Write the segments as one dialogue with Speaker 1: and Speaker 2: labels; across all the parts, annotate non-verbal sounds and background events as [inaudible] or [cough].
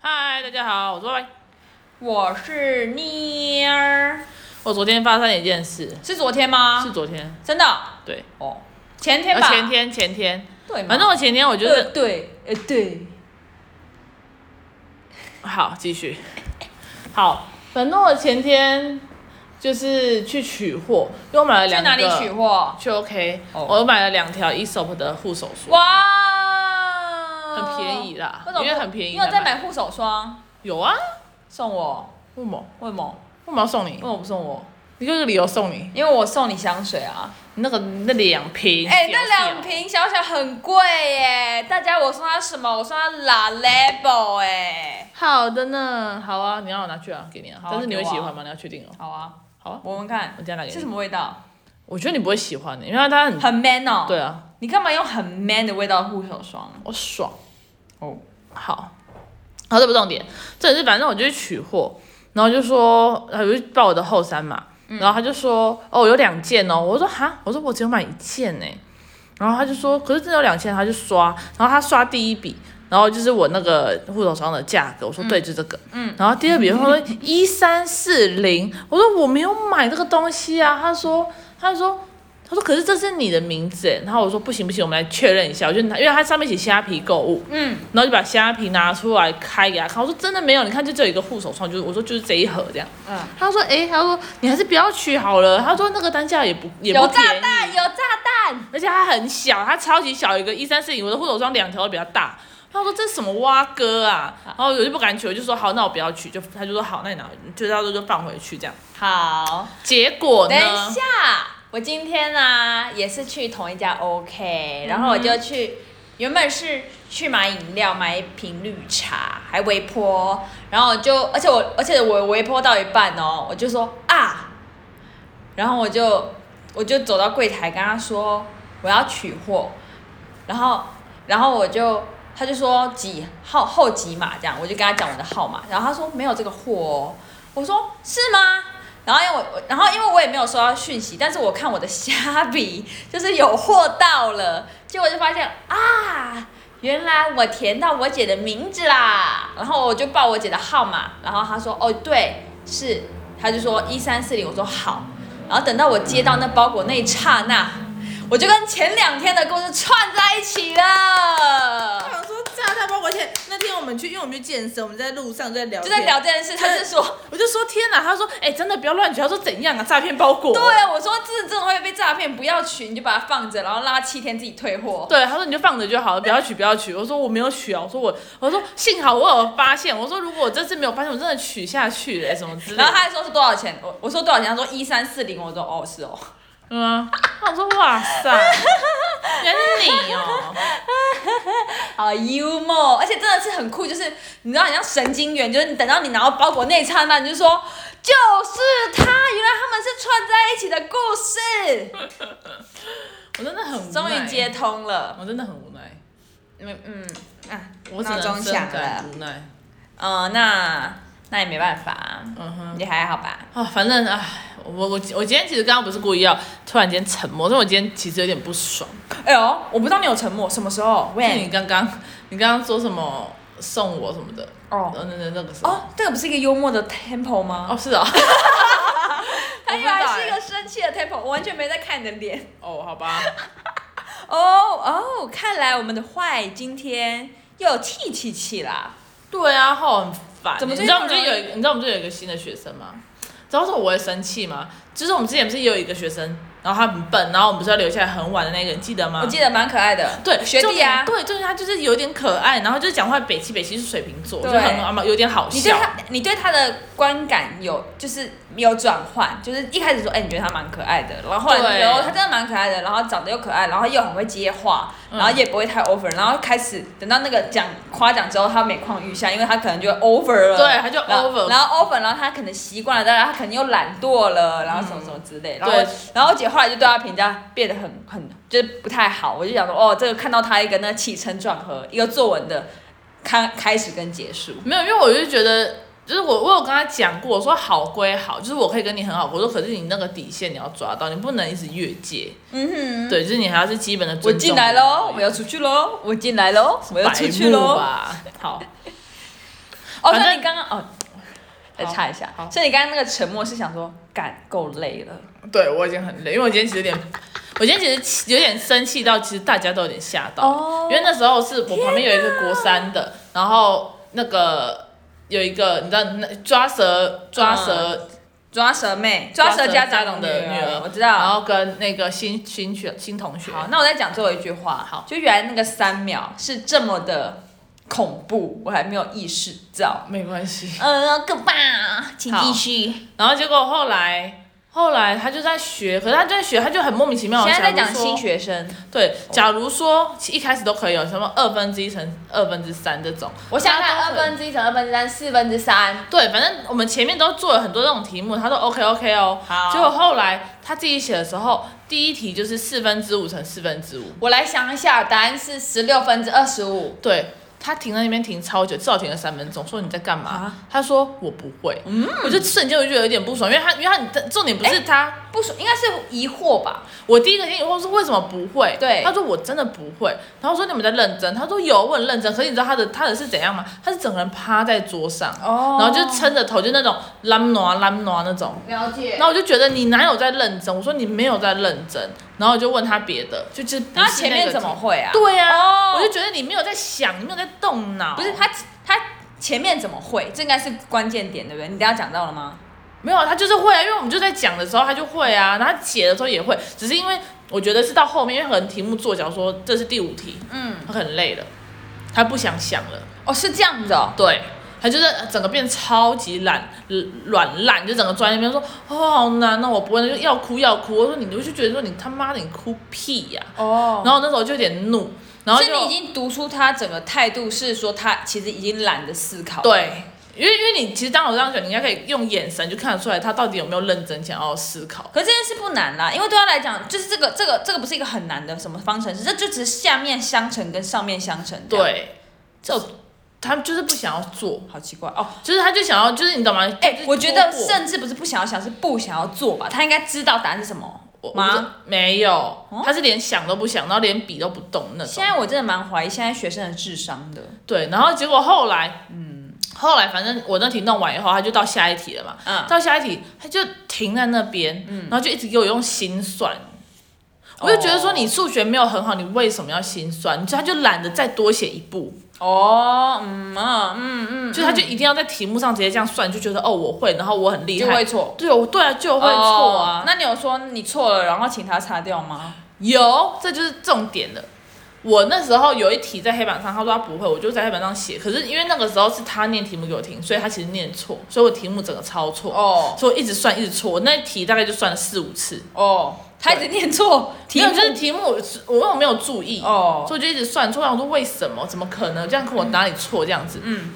Speaker 1: 嗨，大家好，我说拜。
Speaker 2: 我是妮儿，
Speaker 1: 我哦昨天发生了一件事，
Speaker 2: 是昨天吗？
Speaker 1: 是昨天，
Speaker 2: 真的
Speaker 1: 对，
Speaker 2: 哦，前天
Speaker 1: 呃
Speaker 2: 吧，
Speaker 1: 前天前天，
Speaker 2: 对吗，
Speaker 1: 反正我前天我觉
Speaker 2: 呃
Speaker 1: 得
Speaker 2: 对，呃对，嗯
Speaker 1: 好，继续，好，反正我前天就是去取货，因为我买了
Speaker 2: 去
Speaker 1: 两个
Speaker 2: 哪里取？货？
Speaker 1: 去 OK，、
Speaker 2: 哦
Speaker 1: 我买了两条 ESOP 的护手霜，
Speaker 2: 哇，
Speaker 1: 很便宜啦
Speaker 2: 嗯为什么不
Speaker 1: 因为很便宜
Speaker 2: 你有在
Speaker 1: 才买
Speaker 2: 买护手霜
Speaker 1: 有啊，
Speaker 2: 送我？
Speaker 1: 为什么？
Speaker 2: 为什么？
Speaker 1: 为什么要送你
Speaker 2: 为？什么不送我？
Speaker 1: 你这个理由送你，
Speaker 2: 因为我送你香水啊！
Speaker 1: 你那个那两瓶，
Speaker 2: 哎、
Speaker 1: 小
Speaker 2: 那两
Speaker 1: 小
Speaker 2: 瓶小小很贵耶！大家我送他什么？我送他 La Label 哎。
Speaker 1: 好的呢，好啊，你让我拿去啊，给你啊。
Speaker 2: 好啊
Speaker 1: 但是你会
Speaker 2: 给我啊
Speaker 1: 喜欢吗？你要确定哦。
Speaker 2: 好啊，
Speaker 1: 好啊，
Speaker 2: 闻闻看
Speaker 1: 我，这样拿给
Speaker 2: 是
Speaker 1: 你
Speaker 2: 什。么味道？
Speaker 1: 我觉得你不会喜欢的，因为它很
Speaker 2: 很 man 哦。
Speaker 1: 对，啊，
Speaker 2: 你干嘛用很 man 的味道护手霜？
Speaker 1: 我爽。
Speaker 2: 哦，
Speaker 1: 好，好，这不重点，这也是反正我就去取货，然后就说，他就报我的后三嘛，然后他就说，哦，有两件哦，我说哈，我说我只有买一件呢，然后他就说，可是真的有两件，他就刷，然后他刷第一笔。然后就是我那个护手霜的价格，我说对，就这个。嗯。然后第二笔他说 [laughs] 一三四零，我说我没有买这个东西啊。他说，他说，他说可是这是你的名字哎。然后我说不行不行，我们来确认一下。我就拿，因为它上面写虾皮购物。
Speaker 2: 嗯，
Speaker 1: 然后就把虾皮拿出来开给他看，我说真的没有，你看就只有一个护手霜，就是我说就是这一盒这样。
Speaker 2: 嗯
Speaker 1: 他说诶，他说你还是不要取好了，他说那个单价也不也
Speaker 2: 有
Speaker 1: 不
Speaker 2: 炸
Speaker 1: 便宜，
Speaker 2: 弹，有炸弹。
Speaker 1: 而且它很小，它超级小一个一三四零，我的护手霜两条都比较大。他说这是什么蛙哥啊，然后我就不敢取，我就说好，那我不要取，就他就说好，那你拿，就到时候就放回去这样。
Speaker 2: 好，
Speaker 1: 结果
Speaker 2: 等一
Speaker 1: 呢，
Speaker 2: 下，我今天呢、也是去同一家 OK，然后我就去，原本是去买饮料，买一瓶绿茶，还微波，然后我就，而且我，而且我微波到一半哦，我就说啊，然后我就我就走到柜台跟他说我要取货，然后然后我就他就说几号后几码这样，我就跟他讲我的号码，然后他说没有这个货哦，我说是吗？然后因为我我然后因为我也没有收到讯息，但是我看我的虾皮就是有货到了，结果就发现啊。原来我填到我姐的名字啦，然后我就报我姐的号码，然后他说哦对是，他就说一三四零，我说好，然后等到我接到那包裹那一刹那，我就跟前两天的故事串在一起了。
Speaker 3: 想说炸弹包裹，而且那天我们去，因为我们去健身，我们在路上就在聊，
Speaker 2: 就在聊。这件事，他是说，
Speaker 1: 我就说天哪，他说诶，真的不要乱取，他说怎样啊，诈骗包裹。
Speaker 2: 对啊我说这真的会被诈骗，不要取，你就把它放着，然后拉七天自己退货。
Speaker 1: 对，他说你就放着就好了，不要取，不要取。我说我没有取啊，我说我，我说幸好我有发现，我说如果我这次没有发现，我真的取下去了、什么之类
Speaker 2: 然后 [laughs]
Speaker 1: 的。
Speaker 2: 他还说是多少钱，我我说多少钱，他说一三四零，我说哦是哦，
Speaker 1: 嗯啊，我想说哇塞，原来是你哦、
Speaker 2: 好幽默，而且真的是很酷，就是你知道，很像神经元，就是你等到你拿到包裹那一刹那，你就说就是他，原来他们是串在一起的故事，
Speaker 1: 我真的很无奈
Speaker 2: 终于接，通了，
Speaker 1: 我真的很无奈，
Speaker 2: 嗯嗯啊，
Speaker 1: 我只
Speaker 2: 闹钟
Speaker 1: 能深
Speaker 2: 响了
Speaker 1: 感。无奈。
Speaker 2: 嗯，那那也没办法，
Speaker 1: 嗯哼，
Speaker 2: 也还好吧。
Speaker 1: 啊，反正唉，我我我今天其实刚刚不是故意要突然间沉默，所以我今天其实有点不爽。
Speaker 2: 哎呦，我不知道你有沉默，什么时候
Speaker 1: 就你
Speaker 2: ？When？
Speaker 1: 刚刚你刚刚说什么送我什么的，
Speaker 2: 哦
Speaker 1: 嗯，那那那个时候，
Speaker 2: 哦，这个不是一个幽默的 tempo 吗？
Speaker 1: 哦是
Speaker 2: [laughs]
Speaker 1: 啊。
Speaker 2: 它
Speaker 1: 我不
Speaker 2: 原
Speaker 1: 知道
Speaker 2: 来是一
Speaker 1: 哎
Speaker 2: 个生气的 tempo，我完全没在看你的脸。
Speaker 1: 哦，好吧，
Speaker 2: 哦哦，看来我们的坏今天又有气气气啦。
Speaker 1: 对啊，后很烦欸。
Speaker 2: 怎么
Speaker 1: 你
Speaker 2: 最
Speaker 1: 知道我们
Speaker 2: 近
Speaker 1: 最近
Speaker 2: 有
Speaker 1: 有一个，你知道我们最近有一个新的学生吗？知道为什么我会生气吗？就是我们之前不是也有一个学生，然后他很笨，然后我们不是要留下来很晚的那个人，记得吗？
Speaker 2: 我记得蛮可爱的，
Speaker 1: 嗯对，
Speaker 2: 学弟啊
Speaker 1: 重。点对，就是他就是有点可爱，然后就是讲话北气北气是水瓶座，就
Speaker 2: 对
Speaker 1: 很啊嘛有点好
Speaker 2: 你对
Speaker 1: 笑。
Speaker 2: 他，你对他的观感有就是有转换，就是一开始说，哎、你觉得他蛮可爱的，然后后来
Speaker 1: 对
Speaker 2: 觉得哦他真的蛮可爱的，然后长得又可爱，然后又很会接话，
Speaker 1: 嗯
Speaker 2: 然后也不会太 over，、然后开始等到那个讲夸奖之后，他每况愈下，因为他可能就 over 了，
Speaker 1: 对他就
Speaker 2: 然后
Speaker 1: over
Speaker 2: 然后 over，然后他可能习惯了，但他可能又懒惰了，然后什么什么之类，然后
Speaker 1: 嗯对
Speaker 2: 然后我姐后来就对他评价变得很很就是不太好，我就想说，哦，这个看到他一个那起承转合，一个作文的开开始跟结束。
Speaker 1: 没有，因为我就觉得，就是我我有跟他讲过，我说好归好，就是我可以跟你很好，我说可是你那个底线你要抓到，你不能一直越界。
Speaker 2: 嗯哼。
Speaker 1: 对，就是你还要是基本的
Speaker 2: 我
Speaker 1: 尊重。啊
Speaker 2: 进来喽，我要出去喽，我进来喽，我要出去
Speaker 1: 白目啊
Speaker 2: 喽。
Speaker 1: 吧。好，
Speaker 2: 哦，
Speaker 1: 反
Speaker 2: 所以
Speaker 1: 正
Speaker 2: 你刚刚哦，再
Speaker 1: 好
Speaker 2: 插一下
Speaker 1: 好，
Speaker 2: 所以你刚刚那个沉默是想说，干够累了，
Speaker 1: 对我已经很累，因为我今天其实有点，我今天其实气有点生气到，其实大家都有点吓到，
Speaker 2: 哦
Speaker 1: 因为那时候是我旁边有一个国三的，然后那个有一个你知道那抓蛇抓蛇、
Speaker 2: 嗯抓蛇妹，抓蛇家长
Speaker 1: 的女儿，
Speaker 2: 我知
Speaker 1: 然
Speaker 2: 道。
Speaker 1: 后跟那个新新学新同学，
Speaker 2: 好，那我再讲最后一句话，
Speaker 1: 好
Speaker 2: 就原来那个三秒是这么的恐怖，我还没有意识到。
Speaker 1: 没关系。
Speaker 2: 呃，更棒，请
Speaker 1: 好
Speaker 2: 继续。
Speaker 1: 然后结果后来后来他就在学，可是他在学，他就很莫名其妙。
Speaker 2: 现在在
Speaker 1: 假
Speaker 2: 讲
Speaker 1: 如说
Speaker 2: 新学生，
Speaker 1: 对，假如说一开始都可以有什么二分之一乘二分之三这种，
Speaker 2: 我想
Speaker 1: 大
Speaker 2: 看
Speaker 1: 家
Speaker 2: 二
Speaker 1: 都可以
Speaker 2: 分之一乘二分之三，四分之三。
Speaker 1: 对，反正我们前面都做了很多这种题目，他都 OK OK 哦。
Speaker 2: 好
Speaker 1: 结果后来他自己写的时候，第一题就是四分之五乘四分之五，
Speaker 2: 我来想一下，答案是十六分之二十五。
Speaker 1: 对他停在那边停超久，至少停了三分钟，说你在干嘛？
Speaker 2: 啊
Speaker 1: 他说我不会，嗯，我就瞬间我就觉得有点不爽，因为他因为他很重点不是他，
Speaker 2: 不说应该是疑惑吧？
Speaker 1: 我第一个疑惑是为什么不会？
Speaker 2: 对
Speaker 1: 他说我真的不会，然后我说你们在认真，他说有我很认真，可是你知道他的他的是怎样吗？他是整个人趴在桌上，
Speaker 2: 哦
Speaker 1: 然后就撑着头，就那种懒挪懒挪那种。
Speaker 2: 了解
Speaker 1: 然后我就觉得你哪有在认真？我说你没有在认真，然后我就问他别的，就就
Speaker 2: 那他前面怎么？会啊？
Speaker 1: 对呀、啊
Speaker 2: 哦
Speaker 1: 我就觉得你没有在想，你没有在动脑，
Speaker 2: 不是他他前面怎么会？这应该是关键点，对不对？你刚刚讲到了吗？
Speaker 1: 没有，他就是会啊，因为我们就在讲的时候他就会啊，然后他写的时候也会，只是因为我觉得是到后面，因为可能题目作假如说这是第五题，
Speaker 2: 嗯，
Speaker 1: 他很累了，他不想想了，
Speaker 2: 哦，是这样子哦。
Speaker 1: 对。他就是呃整个变超级懒软烂，就整个坐在那边说哦好难哦，我不会，就要哭要哭。我说你我就觉得说你他妈的你哭屁呀、
Speaker 2: 哦
Speaker 1: 然后那时候就有点怒，然后
Speaker 2: 所以
Speaker 1: 就
Speaker 2: 你已经读出他整个态度是说他其实已经懒得思考。，
Speaker 1: 对，因为因为你其实当我这样讲，你应该可以用眼神就看得出来他到底有没有认真想要思考。
Speaker 2: 可是这件事不难啊啦，因为对他来讲，就是这个这个这个不是一个很难的什么方程式，这就只是下面相乘跟上面相乘。，
Speaker 1: 对，这他就是不想要做，
Speaker 2: 好奇怪哦。
Speaker 1: 就是他就想要，就是你懂吗？
Speaker 2: 哎、
Speaker 1: 就是
Speaker 2: 我觉得
Speaker 1: 拖过
Speaker 2: 甚至不是不想要想，是不想要做吧。他应该知道答案是什么
Speaker 1: 我我不知
Speaker 2: 吗？
Speaker 1: 没有，他是连想都不想，然后连笔都不动那种
Speaker 2: 哦现。在我真的蛮怀疑现在学生的智商的。
Speaker 1: 对，然后结果后来，嗯，后来反正我那题弄完以后，他就到下一题了嘛。
Speaker 2: 嗯
Speaker 1: 到下一题，他就停在那边，然后就一直给我用心算。
Speaker 2: 哦
Speaker 1: 我就觉得说你数学没有很好，你为什么要心算？你就他就懒得再多写一步，
Speaker 2: 哦，嗯啊，嗯嗯，
Speaker 1: 就他就一定要在题目上直接这样算，就觉得哦我会，然后我很厉害，
Speaker 2: 就会错，
Speaker 1: 对，我对啊就会错啊。
Speaker 2: 哦那你有说你错了，然后请他擦掉吗？
Speaker 1: 有，这就是重点了。我那时候有一题在黑板上，他说他不会，我就在黑板上写。可是因为那个时候是他念题目给我听，所以他其实念错，所以我题目整个抄错。
Speaker 2: 哦
Speaker 1: 所以我一直算一直错，我那一题大概就算了四五次。
Speaker 2: 哦，他一直念错
Speaker 1: 没
Speaker 2: 题
Speaker 1: 有，
Speaker 2: 目，
Speaker 1: 就是题目我我我没有注意，
Speaker 2: 哦
Speaker 1: 所以我就一直算错。我想说为什么？怎么可能？这样跟我哪里错这样子？嗯。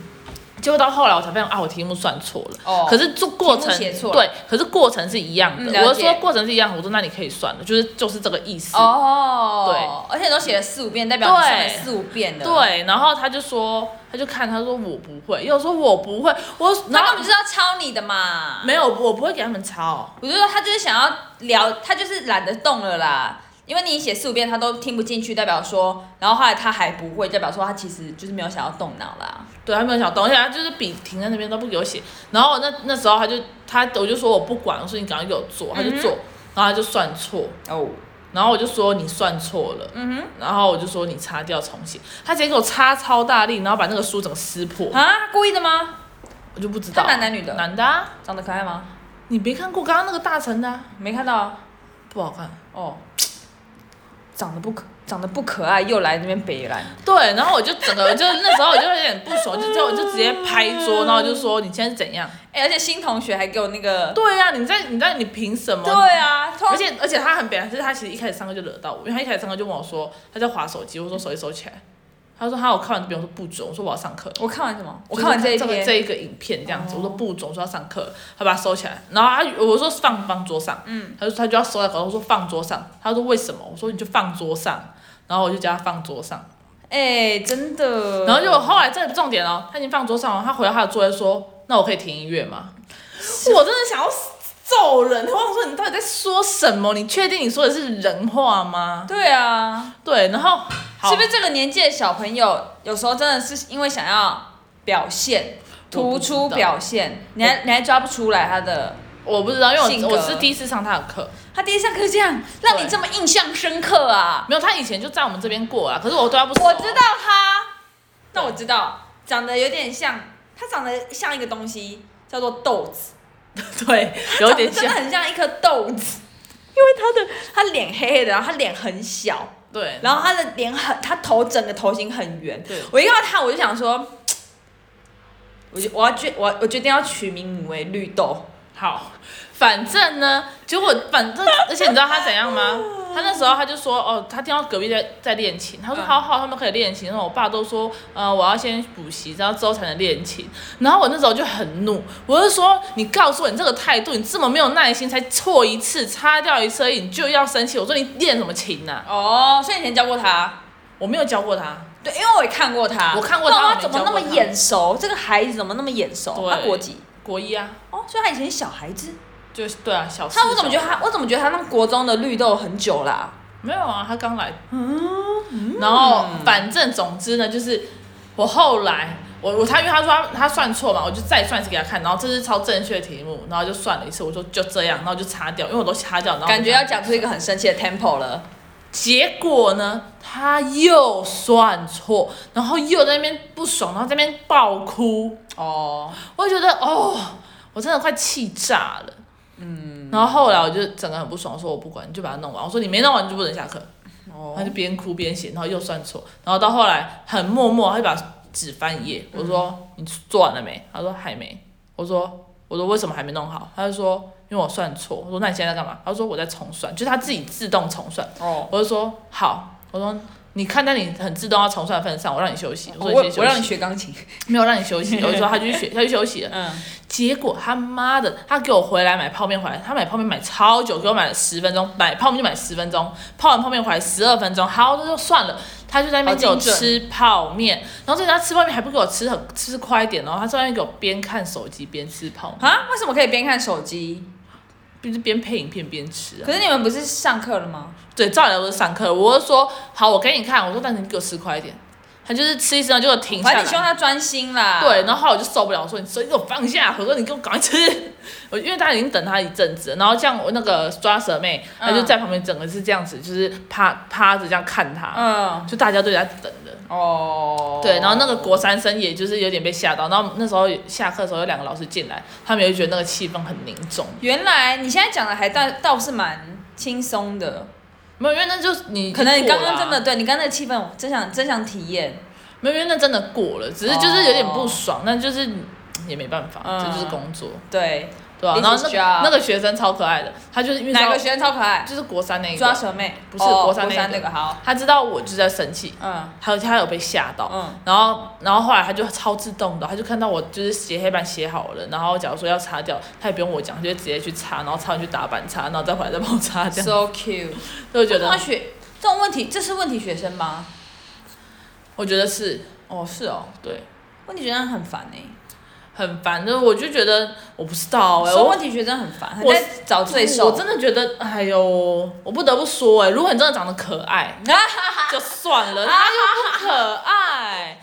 Speaker 1: 结果到后来我才发现啊，我题目算错了。
Speaker 2: 哦
Speaker 1: 可是这过程
Speaker 2: 题目写错了
Speaker 1: 对，可是过程是一样的。
Speaker 2: 嗯了解
Speaker 1: 我是说过程是一样的，我说那你可以算了，就是就是这个意思。
Speaker 2: 哦，对，而且都写了四五遍，代表你算了
Speaker 1: 对
Speaker 2: 四五遍了。，
Speaker 1: 对，然后他就说，他就看，他说我不会，又说我不会，我然
Speaker 2: 他根
Speaker 1: 后
Speaker 2: 本就是要抄你的嘛。
Speaker 1: 没有，我不会给他们抄。
Speaker 2: 我就说他就是想要聊，他就是懒得动了啦。因为你写四五遍他都听不进去，代表说，然后后来他还不会，代表说他其实就是没有想要动脑啦。
Speaker 1: 对他没有想懂，而且他就是笔停在那边都不给我写。然后那那时候他就他我就说我不管，我说你赶快给我做，他就
Speaker 2: 嗯
Speaker 1: 做，然后他就算错，
Speaker 2: 哦，
Speaker 1: 然后我就说你算错了，嗯哼，然后我就说你擦掉重写，他直接给我擦超大力，然后把那个书整个撕破，
Speaker 2: 啊，故意的吗？
Speaker 1: 我就不知道。
Speaker 2: 他男男女的
Speaker 1: 男的啊，
Speaker 2: 长得可爱吗？
Speaker 1: 你没看过刚刚那个大成的、啊，
Speaker 2: 没看到啊。
Speaker 1: 不好看。
Speaker 2: 哦，长得不可长得不可爱，又来那边北兰。
Speaker 1: 对，然后我就整个，我就那时候我就有点不爽，就就我就直接拍桌，然后我就说你现在是怎样？
Speaker 2: 哎、而且新同学还给我那个。
Speaker 1: 对呀、你在你在你凭什么？
Speaker 2: 对啊，突然
Speaker 1: 而且而且他很表，就是他其实一开始上课就惹到我，因为他一开始上课就问我说他在划手机，我说手机收起来，他说他我看完这边，我说不准，我说我要上课。
Speaker 2: 我看完什么？我看完这一
Speaker 1: 就是
Speaker 2: 篇。
Speaker 1: 这一个影片这样子，我说不准，我说要上课，他把它收起来，然后他我说放放桌上，嗯，他就他就要收在口袋，我说放桌上，他说为什么？我说你就放桌上，然后我就叫他放桌上，
Speaker 2: 哎、真的。
Speaker 1: 然后就后来这个重点哦，他已经放桌上了，他回到他的座位说：“那我可以听音乐吗？”我真的想要揍人！我想说你到底在说什么？你确定你说的是人话吗？
Speaker 2: 对啊，
Speaker 1: 对，然后好
Speaker 2: 是不是这个年纪的小朋友有时候真的是因为想要表现，突出表现，你还你还抓不出来他的，
Speaker 1: 我不知道，因为
Speaker 2: 性
Speaker 1: 我
Speaker 2: 格
Speaker 1: 我是第一次上他的课，
Speaker 2: 他第一上课就这样，让你这么印象深刻啊！
Speaker 1: 没有他以前就在我们这边过啊啦，可是我对他不熟。
Speaker 2: 我知道他，那我知道，长得有点像，他长得像一个东西叫做豆子，
Speaker 1: 对，有点
Speaker 2: 长得真
Speaker 1: 像
Speaker 2: 的，很像一颗豆子，因为他的他脸黑黑的，然后他脸很小，
Speaker 1: 对，
Speaker 2: 然后他的脸很，他头整个头型很圆。
Speaker 1: 对
Speaker 2: 我一看到他，我就想说，我就我要决我我决定要取名名为绿豆。
Speaker 1: 好，反正呢，结果反正，而且你知道他怎样
Speaker 2: [laughs]
Speaker 1: 吗？他那时候他就说，哦，他听到隔壁在在练琴，他说
Speaker 2: 嗯
Speaker 1: 好好，他们可以练琴。然后我爸都说，呃，我要先补习，然后之后才能练琴。然后我那时候就很怒，我就说，你告诉我你这个态度，你这么没有耐心，才错一次，擦掉一次而已，你就要生气。我说你练什么琴呐、
Speaker 2: 哦，所以你以前教过他？
Speaker 1: 我没有教过他，
Speaker 2: 对，因为我也看过他，
Speaker 1: 我看过他
Speaker 2: 不
Speaker 1: 我
Speaker 2: 然
Speaker 1: 没
Speaker 2: 怎么
Speaker 1: 教
Speaker 2: 那
Speaker 1: 过
Speaker 2: 么
Speaker 1: 他
Speaker 2: 眼熟？这个孩子怎么那么眼熟？
Speaker 1: 对
Speaker 2: 他国籍
Speaker 1: 国一啊，
Speaker 2: 哦，所以他以前是小孩子。
Speaker 1: 就是对啊，小四
Speaker 2: 他我怎么
Speaker 1: 小
Speaker 2: 觉得他我怎么觉得他那国中的绿豆很久啦、
Speaker 1: 没有啊，他刚来。
Speaker 2: 嗯
Speaker 1: 然后反正总之呢，就是我后来我我他因为他说他他算错嘛，我就再算一次给他看，然后这是超正确的题目，然后就算了一次，我说就这样，然后就擦掉，因为我都擦掉，然后
Speaker 2: 感觉要讲出一个很生气的 tempo 了。
Speaker 1: 结果呢，他又算错，然后又在那边不爽，然后在那边爆哭，
Speaker 2: 哦，
Speaker 1: 我就觉得哦，我真的快气炸了。嗯，然后后来我就整个很不爽，我说我不管，你就把它弄完。我说你没弄完你就不能下课。
Speaker 2: 哦
Speaker 1: 他就边哭边写，然后又算错，然后到后来很默默，他就把纸翻一页。我说、
Speaker 2: 嗯
Speaker 1: 你做完了没？他说还没。我说我说为什么还没弄好？他就说因为我算错。我说那你现在在干嘛？他说我在重算，就是他自己自动重算。
Speaker 2: 哦，
Speaker 1: 我就说好，我说你看在你很自动要重算的份上，我让你休息。
Speaker 2: 哦我
Speaker 1: 说你先休息
Speaker 2: 我让你学钢琴。
Speaker 1: 没有让你休息，我就说他去学，他去休息了。
Speaker 2: 嗯，
Speaker 1: 结果他妈的，他给我回来买泡面回来，他买泡面买超久，给我买了十分钟，买泡面就买十分钟，泡完泡面回来十二分钟，好，那就算了。他就在那边给我
Speaker 2: 好精准
Speaker 1: 吃泡面，然后在他吃泡面还不给我吃很吃快一点哦，然后他在那边给我边看手机边吃泡面，
Speaker 2: 啊，为什么可以边看手机？
Speaker 1: 就是边配影片边吃、啊。
Speaker 2: 可是你们不是上课了吗？
Speaker 1: 对，照理来说是上课，我就说好，我给你看，我说但是你给我吃快一点，他就是吃一声就停下
Speaker 2: 反正你希望
Speaker 1: 来。
Speaker 2: 他专心啦。
Speaker 1: 对，然后后来我就受不了，我说你手机给我放下，我说你给我赶快吃。 [laughs] 我因为他已经等他一阵子了，然后像我那个抓蛇妹，她就
Speaker 2: 嗯
Speaker 1: 在旁边整个是这样子，就是趴趴着这样看他，
Speaker 2: 嗯，
Speaker 1: 就大家都在等的。
Speaker 2: 哦，
Speaker 1: 对，然后那个国三生也就是有点被吓到，然后那时候下课的时候有两个老师进来，他们也觉得那个气氛很凝重。
Speaker 2: 原来你现在讲的还倒倒是蛮轻松的，
Speaker 1: 没有，因为那就是你已经
Speaker 2: 可能你
Speaker 1: 过
Speaker 2: 刚
Speaker 1: 了啊
Speaker 2: 刚真的对你刚刚的气氛，我真想真想体验。
Speaker 1: 没有，因为那真的过了，只是就是有点不
Speaker 2: 哦
Speaker 1: 爽，那就是嗯也没办法，
Speaker 2: 嗯
Speaker 1: 这就是工作，
Speaker 2: 对，
Speaker 1: 对吧、
Speaker 2: This
Speaker 1: 然后
Speaker 2: is
Speaker 1: 那个
Speaker 2: job
Speaker 1: 那个学生超可爱的，他就是因为知道
Speaker 2: 哪个学生超可爱？
Speaker 1: 就是国三那一
Speaker 2: 抓
Speaker 1: 个，
Speaker 2: 蛇妹
Speaker 1: 不是
Speaker 2: 哦
Speaker 1: 国
Speaker 2: 国
Speaker 1: 三那
Speaker 2: 三
Speaker 1: 个
Speaker 2: 那个好，
Speaker 1: 他知道我就是在生气，
Speaker 2: 嗯
Speaker 1: 还有他有被吓到，
Speaker 2: 嗯
Speaker 1: 然后然后后来他就超自动的，他就看到我就是写黑板写好了，然后假如说要擦掉，他也不用我讲，他就直接去擦，然后擦完去打板擦，然后再回来再帮我擦这样，
Speaker 2: ，so cute。
Speaker 1: 所以我觉
Speaker 2: 那
Speaker 1: 得
Speaker 2: 学这种问题，这是问题学生吗？
Speaker 1: 我觉得是
Speaker 2: 哦，是哦，
Speaker 1: 对。
Speaker 2: 问题学生很烦哎，
Speaker 1: 很烦，就是我就觉得我不知道哎、
Speaker 2: 说
Speaker 1: 我
Speaker 2: 问题学生很烦，很
Speaker 1: 我
Speaker 2: 在找罪受。
Speaker 1: 我真的觉得，哎呦，我不得不说、哎，如果你真的长得可 [laughs] 爱，就算了，他又不可爱，
Speaker 2: [laughs]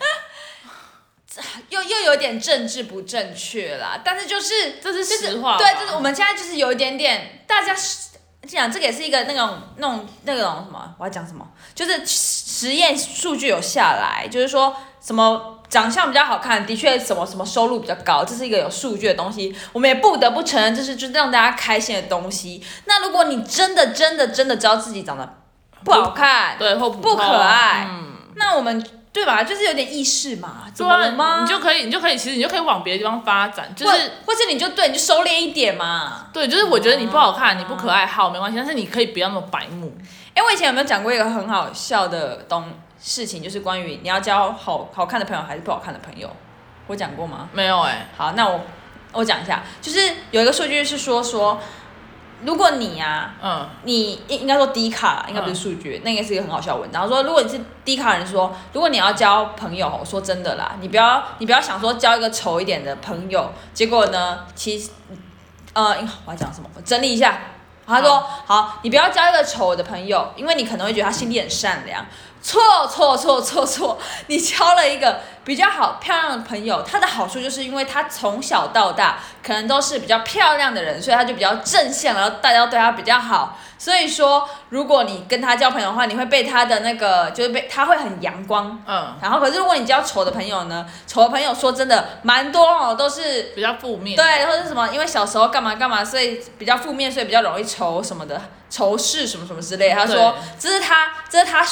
Speaker 2: 又又有点政治不正确啦，但是就是
Speaker 1: 这是
Speaker 2: 就是
Speaker 1: 实话吧
Speaker 2: 对，就是我们现在就是有一点点，大家是讲这个也是一个那种那种那种什么，我要讲什么，就是实验数据有下来，就是说什么长相比较好看，的确什么什么收入比较高，这是一个有数据的东西，我们也不得不承认，这是就是让大家开心的东西。那如果你真的真的真的知道自己长得不好看，
Speaker 1: 对，或
Speaker 2: 不可
Speaker 1: 好
Speaker 2: 爱
Speaker 1: 嗯，
Speaker 2: 那我们对吧，就是有点意识嘛，
Speaker 1: 对
Speaker 2: 怎么了吗？
Speaker 1: 啊，你就可以，你就可以，其实你就可以往别的地方发展，就
Speaker 2: 或
Speaker 1: 是。
Speaker 2: 或是你就对，你就收敛一点嘛。
Speaker 1: 对，就是我觉得你不好
Speaker 2: 哦
Speaker 1: 看，你不可爱，好没关系，但是你可以不要那么白目。
Speaker 2: 哎、我以前有没有讲过一个很好笑的东事情，就是关于你要交好好看的朋友还是不好看的朋友，我讲过吗？
Speaker 1: 没有哎、
Speaker 2: 好，那我我讲一下，就是有一个数据是说说，如果你啊
Speaker 1: 嗯，
Speaker 2: 你应应该说低卡，应该不是数据，那应该是一个很好笑的文章。说如果你是低卡人说，如果你要交朋友，我说真的啦，你不要你不要想说交一个丑一点的朋友，结果呢，其实呃，我要讲什么？我整理一下。他说：“好，你不要交一个丑的朋友，因为你可能会觉得他心地很善良，错错错错错，你交了一个比较好漂亮的朋友，他的好处就是因为他从小到大可能都是比较漂亮的人，所以他就比较正向，然后大家都对他比较好。所以说，如果你跟他交朋友的话，你会被他的那个就是被他会很阳光。
Speaker 1: 嗯，
Speaker 2: 然后，可是如果你交丑的朋友呢，丑的朋友说真的蛮多哦，都是
Speaker 1: 比较负面。
Speaker 2: 对，或者是什么，因为小时候干嘛干嘛，所以比较负面，所以比较容易愁什么的，仇视什么什么之类的。他说
Speaker 1: 对
Speaker 2: 这是他，这是他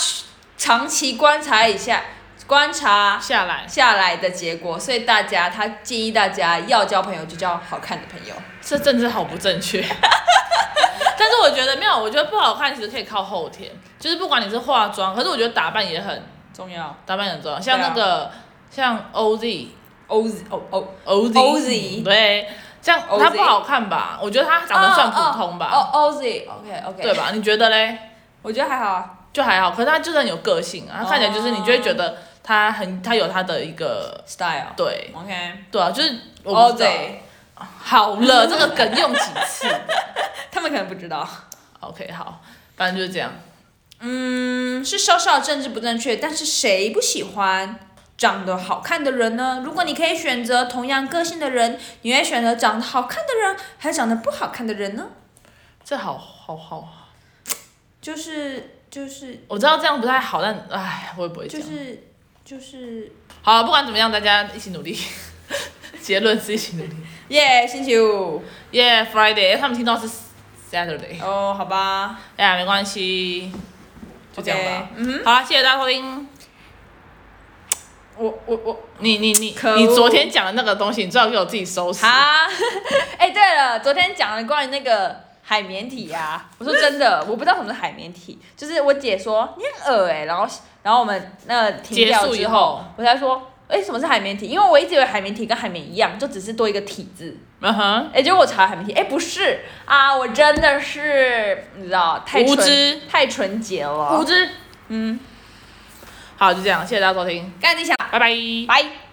Speaker 2: 长期观察一下，观察
Speaker 1: 下来
Speaker 2: 下来的结果。所以大家，他建议大家要交朋友就交好看的朋友。
Speaker 1: 这政治好不正确。 [laughs] 但是我觉得没有，我觉得不好看其实可以靠后天，就是不管你是化妆，可是我觉得打扮也很
Speaker 2: 重要
Speaker 1: 打扮也很重要。像
Speaker 2: 对啊
Speaker 1: 那个、像 OZ
Speaker 2: ，OZ 哦哦，
Speaker 1: OZ
Speaker 2: OZ
Speaker 1: 对，这样他
Speaker 2: OZ
Speaker 1: 不好看吧？我觉得他长得算普通吧，
Speaker 2: 哦哦 OZ，OK OK，
Speaker 1: 对？吧？你觉得嘞？
Speaker 2: 我觉得还好啊。
Speaker 1: 就还好，可是他就是很有个性啊，他看起来就是你就会觉
Speaker 2: 哦
Speaker 1: 得他很他有他的一个
Speaker 2: Style
Speaker 1: 对
Speaker 2: OK
Speaker 1: 对啊，就是我不知道
Speaker 2: OZ，
Speaker 1: 好了，这个梗用几次
Speaker 2: 他们可能不知道。
Speaker 1: [laughs] ？OK，好，反正就是这样。
Speaker 2: 嗯，是稍稍政治不正确，但是谁不喜欢长得好看的人呢？如果你可以选择同样个性的人，你会选择长得好看的人，还是长得不好看的人呢？
Speaker 1: 这好好好，
Speaker 2: 就是就是
Speaker 1: 我知道这样不太好，但哎唉，我也不会这
Speaker 2: 就
Speaker 1: 样。
Speaker 2: 是就是，
Speaker 1: 好，不管怎么样，大家一起努力。 [laughs] 结论是一起努力。
Speaker 2: 耶、星期五
Speaker 1: Yeah, Friday，他们听到是 Saturday，
Speaker 2: 哦好吧，
Speaker 1: 哎呀，没关系，就这样
Speaker 2: OK，
Speaker 1: 吧。
Speaker 2: 嗯哼，
Speaker 1: 好啦，谢谢大家收听。
Speaker 2: 我我我，
Speaker 1: 你你你
Speaker 2: 可恶
Speaker 1: 你昨天讲的那个东西，你最好给我自己收拾。
Speaker 2: 哈， [laughs] 哎、对了，昨天讲了关于那个。海绵体呀、我说真的，我不知道什么是海绵体，就是我姐说你很恶哎、然后然后我们那个停
Speaker 1: 结
Speaker 2: 掉
Speaker 1: 束
Speaker 2: 之
Speaker 1: 以
Speaker 2: 后，
Speaker 1: 后，
Speaker 2: 我才说，哎、什么是海绵体？因为我一直以为海绵体跟海绵一样，就只是多一个体字。
Speaker 1: 嗯哼，
Speaker 2: 哎、结果我查海绵体，哎、不是啊，我真的是，你知道，太
Speaker 1: 无
Speaker 2: 纯
Speaker 1: 知
Speaker 2: 太纯洁了。
Speaker 1: 知。
Speaker 2: 嗯，
Speaker 1: 好，就这样，谢谢大家收听，
Speaker 2: 干你想，
Speaker 1: 拜拜。
Speaker 2: 拜。